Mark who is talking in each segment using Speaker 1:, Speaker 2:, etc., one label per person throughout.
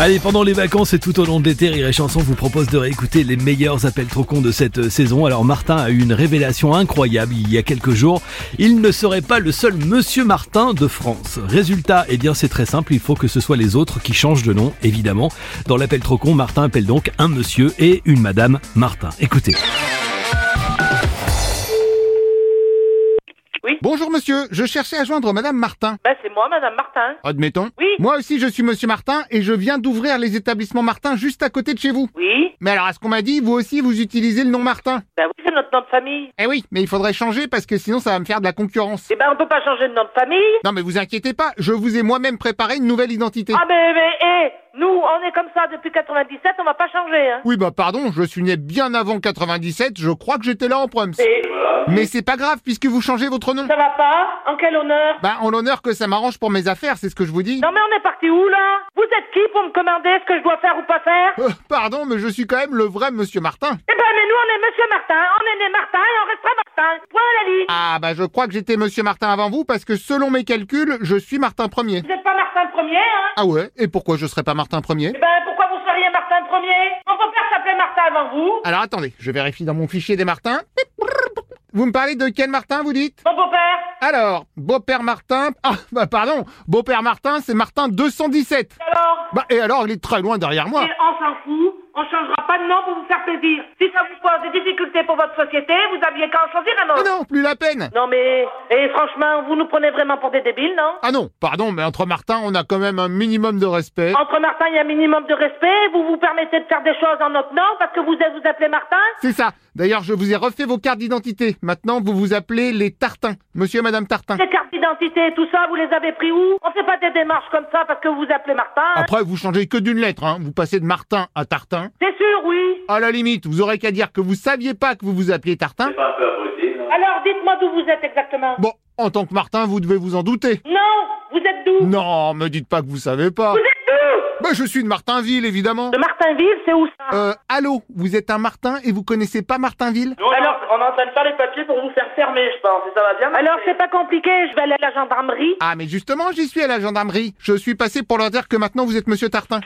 Speaker 1: Allez, pendant les vacances et tout au long de l'été, Rire et Chanson vous propose de réécouter les meilleurs appels trop cons de cette euh, saison. Alors Martin a eu une révélation incroyable il y a quelques jours. Il ne serait pas le seul Monsieur Martin de France. Résultat, eh bien c'est très simple, il faut que ce soit les autres qui changent de nom, évidemment. Dans l'appel trop con, Martin appelle donc un monsieur et une madame Martin. Écoutez.
Speaker 2: Bonjour monsieur, je cherchais à joindre madame Martin.
Speaker 3: Ben, c'est moi, Madame Martin.
Speaker 2: Admettons.
Speaker 3: Oui.
Speaker 2: Moi aussi je suis monsieur Martin et je viens d'ouvrir les établissements Martin juste à côté de chez vous.
Speaker 3: Oui.
Speaker 2: Mais alors à ce qu'on m'a dit, vous aussi vous utilisez le nom Martin.
Speaker 3: Ben oui, c'est notre nom de famille.
Speaker 2: Eh oui, mais il faudrait changer parce que sinon ça va me faire de la concurrence.
Speaker 3: Eh ben, on peut pas changer de nom de famille.
Speaker 2: Non mais vous inquiétez pas, je vous ai moi-même préparé une nouvelle identité.
Speaker 3: Ah, mais, mais, hé, nous, on est comme ça depuis 97, on va pas changer, hein.
Speaker 2: Oui bah pardon, je suis né bien avant 97, je crois que j'étais là en proms.
Speaker 3: Et
Speaker 2: Mais c'est pas grave puisque vous changez votre nom.
Speaker 3: ça va pas En quel honneur
Speaker 2: Bah en l'honneur que ça m'arrange pour mes affaires, c'est ce que je vous dis.
Speaker 3: Non, mais on est parti où, là Vous êtes qui pour me commander ce que je dois faire ou pas faire
Speaker 2: Euh, pardon, mais je suis quand même le vrai monsieur Martin.
Speaker 3: Eh ben, mais nous, on est Monsieur Martin. On est né Martin et on restera Martin. Point à la ligne.
Speaker 2: Ah bah je crois que j'étais Monsieur Martin avant vous parce que selon mes calculs, je suis Martin Ier.
Speaker 3: Vous êtes pas Martin Premier, hein
Speaker 2: Ah ouais Et pourquoi je serais pas Martin Ier
Speaker 3: Eh ben, pourquoi vous seriez Martin Premier Mon beau-père s'appelait Martin avant vous.
Speaker 2: Alors attendez, je vérifie dans mon fichier des Martins. Vous me parlez de quel Martin vous dites
Speaker 3: Mon beau-père
Speaker 2: Alors, beau-père Martin... Ah bah pardon, beau-père Martin c'est Martin 217.
Speaker 3: Alors
Speaker 2: Bah et alors il est très loin derrière moi.
Speaker 3: Et on s'en fout, on changera pas de nom pour vous faire plaisir. Si ça vous pose des difficultés pour votre société, vous aviez qu'à en choisir un
Speaker 2: Mais
Speaker 3: autre.
Speaker 2: Ah non, plus la peine
Speaker 3: Non mais, et franchement, vous nous prenez vraiment pour des débiles, non
Speaker 2: Ah non, pardon, mais entre Martin on a quand même un minimum de respect.
Speaker 3: Entre Martin, il y a un minimum de respect, vous vous permettez de faire des choses en notre nom parce que vous êtes- vous appelez Martin
Speaker 2: C'est ça. D'ailleurs, je vous ai refait vos cartes d'identité. Maintenant, vous vous appelez les Tartins. Monsieur et Madame Tartin.
Speaker 3: Ces cartes d'identité et tout ça, vous les avez pris où On fait pas des démarches comme ça parce que vous vous appelez Martin. hein.
Speaker 2: Après, vous changez que d'une lettre, hein. Vous passez de Martin à Tartin.
Speaker 3: C'est sûr, oui.
Speaker 2: À la limite, vous aurez qu'à dire que vous saviez pas que vous vous appeliez Tartin.
Speaker 3: Alors dites-moi d'où vous êtes exactement.
Speaker 2: Bon, en tant que Martin, vous devez vous en douter.
Speaker 3: Non, vous êtes d'où
Speaker 2: Non, me dites pas que vous savez pas.
Speaker 3: Vous êtes d'où
Speaker 2: Bah, je suis de Martinville, évidemment.
Speaker 3: De Martinville, c'est où ça
Speaker 2: Euh, allô, vous êtes un Martin et vous connaissez pas Martinville
Speaker 3: Alors, on est en train de faire les papiers pour vous faire fermer, je pense. ça va bien Alors, c'est pas compliqué, je vais aller à la gendarmerie.
Speaker 2: Ah, mais justement, j'y suis à la gendarmerie. Je suis passé pour leur dire que maintenant vous êtes Monsieur Tartin.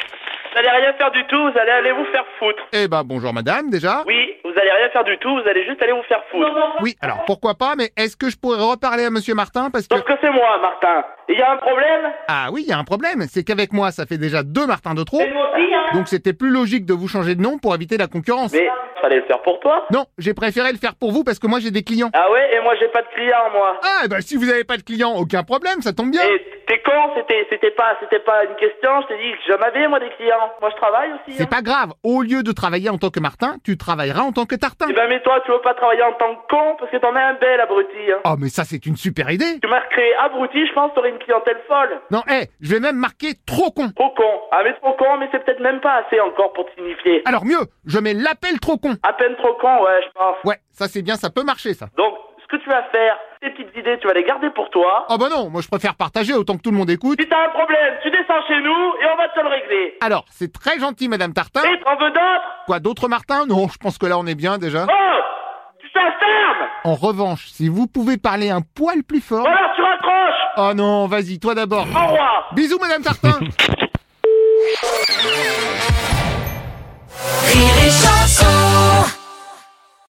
Speaker 4: Vous allez rien faire du tout, vous allez aller vous faire foutre.
Speaker 2: Eh bah, bonjour madame, déjà.
Speaker 4: Oui, vous allez rien faire du tout, vous allez juste aller vous faire foutre.
Speaker 2: Oui, alors pourquoi pas, mais est-ce que je pourrais reparler à Monsieur Martin parce que...
Speaker 4: Sauf que c'est moi, Martin. Il y a un problème
Speaker 2: Ah oui, il y a un problème, c'est qu'avec moi, ça fait déjà deux Martins de trop,
Speaker 4: moi aussi, hein.
Speaker 2: donc c'était plus logique de vous changer de nom pour éviter la concurrence.
Speaker 4: Mais fallait le faire pour toi.
Speaker 2: Non, j'ai préféré le faire pour vous parce que moi j'ai des clients.
Speaker 4: Ah ouais, et moi j'ai pas de client, moi.
Speaker 2: Ah, bah si vous n'avez pas de clients, aucun problème, ça tombe bien.
Speaker 4: Et t'es con, c'était, c'était pas, c'était pas une question. Je t'ai dit que j'en avais, moi, des clients. Moi, je travaille aussi. hein.
Speaker 2: C'est pas grave, au lieu de travailler en tant que Martin, tu travailleras en tant que Tartin.
Speaker 4: Eh ben, mais toi, tu veux pas travailler en tant que con parce que t'en es un bel abruti. Hein.
Speaker 2: Oh, mais ça c'est une super idée.
Speaker 4: Tu m'as recréé abruti, je pense que t'aurais une clientèle folle.
Speaker 2: Non, hé, je vais même marquer trop con.
Speaker 4: Trop con. Ah, mais trop con, mais c'est peut-être même pas assez encore pour te signifier.
Speaker 2: Alors mieux, je mets l'appel trop con.
Speaker 4: À peine trop con, ouais, je pense.
Speaker 2: Ouais, ça c'est bien, ça peut marcher ça.
Speaker 4: Donc, ce que tu vas faire, tes petites idées, tu vas les garder pour toi.
Speaker 2: Oh bah non, moi je préfère partager autant que tout le monde écoute.
Speaker 4: Si t'as un problème, tu descends chez nous et on va te le régler.
Speaker 2: Alors, c'est très gentil Madame Tartin.
Speaker 4: Et t'en veux d'autres
Speaker 2: Quoi d'autre Martin Non, je pense que là on est bien déjà.
Speaker 4: Oh Tu t'infermes
Speaker 2: En revanche, si vous pouvez parler un poil plus fort.
Speaker 4: Ou alors tu raccroches
Speaker 2: Oh non, vas-y, toi d'abord.
Speaker 4: Au revoir
Speaker 2: Bisous, Madame Tartin.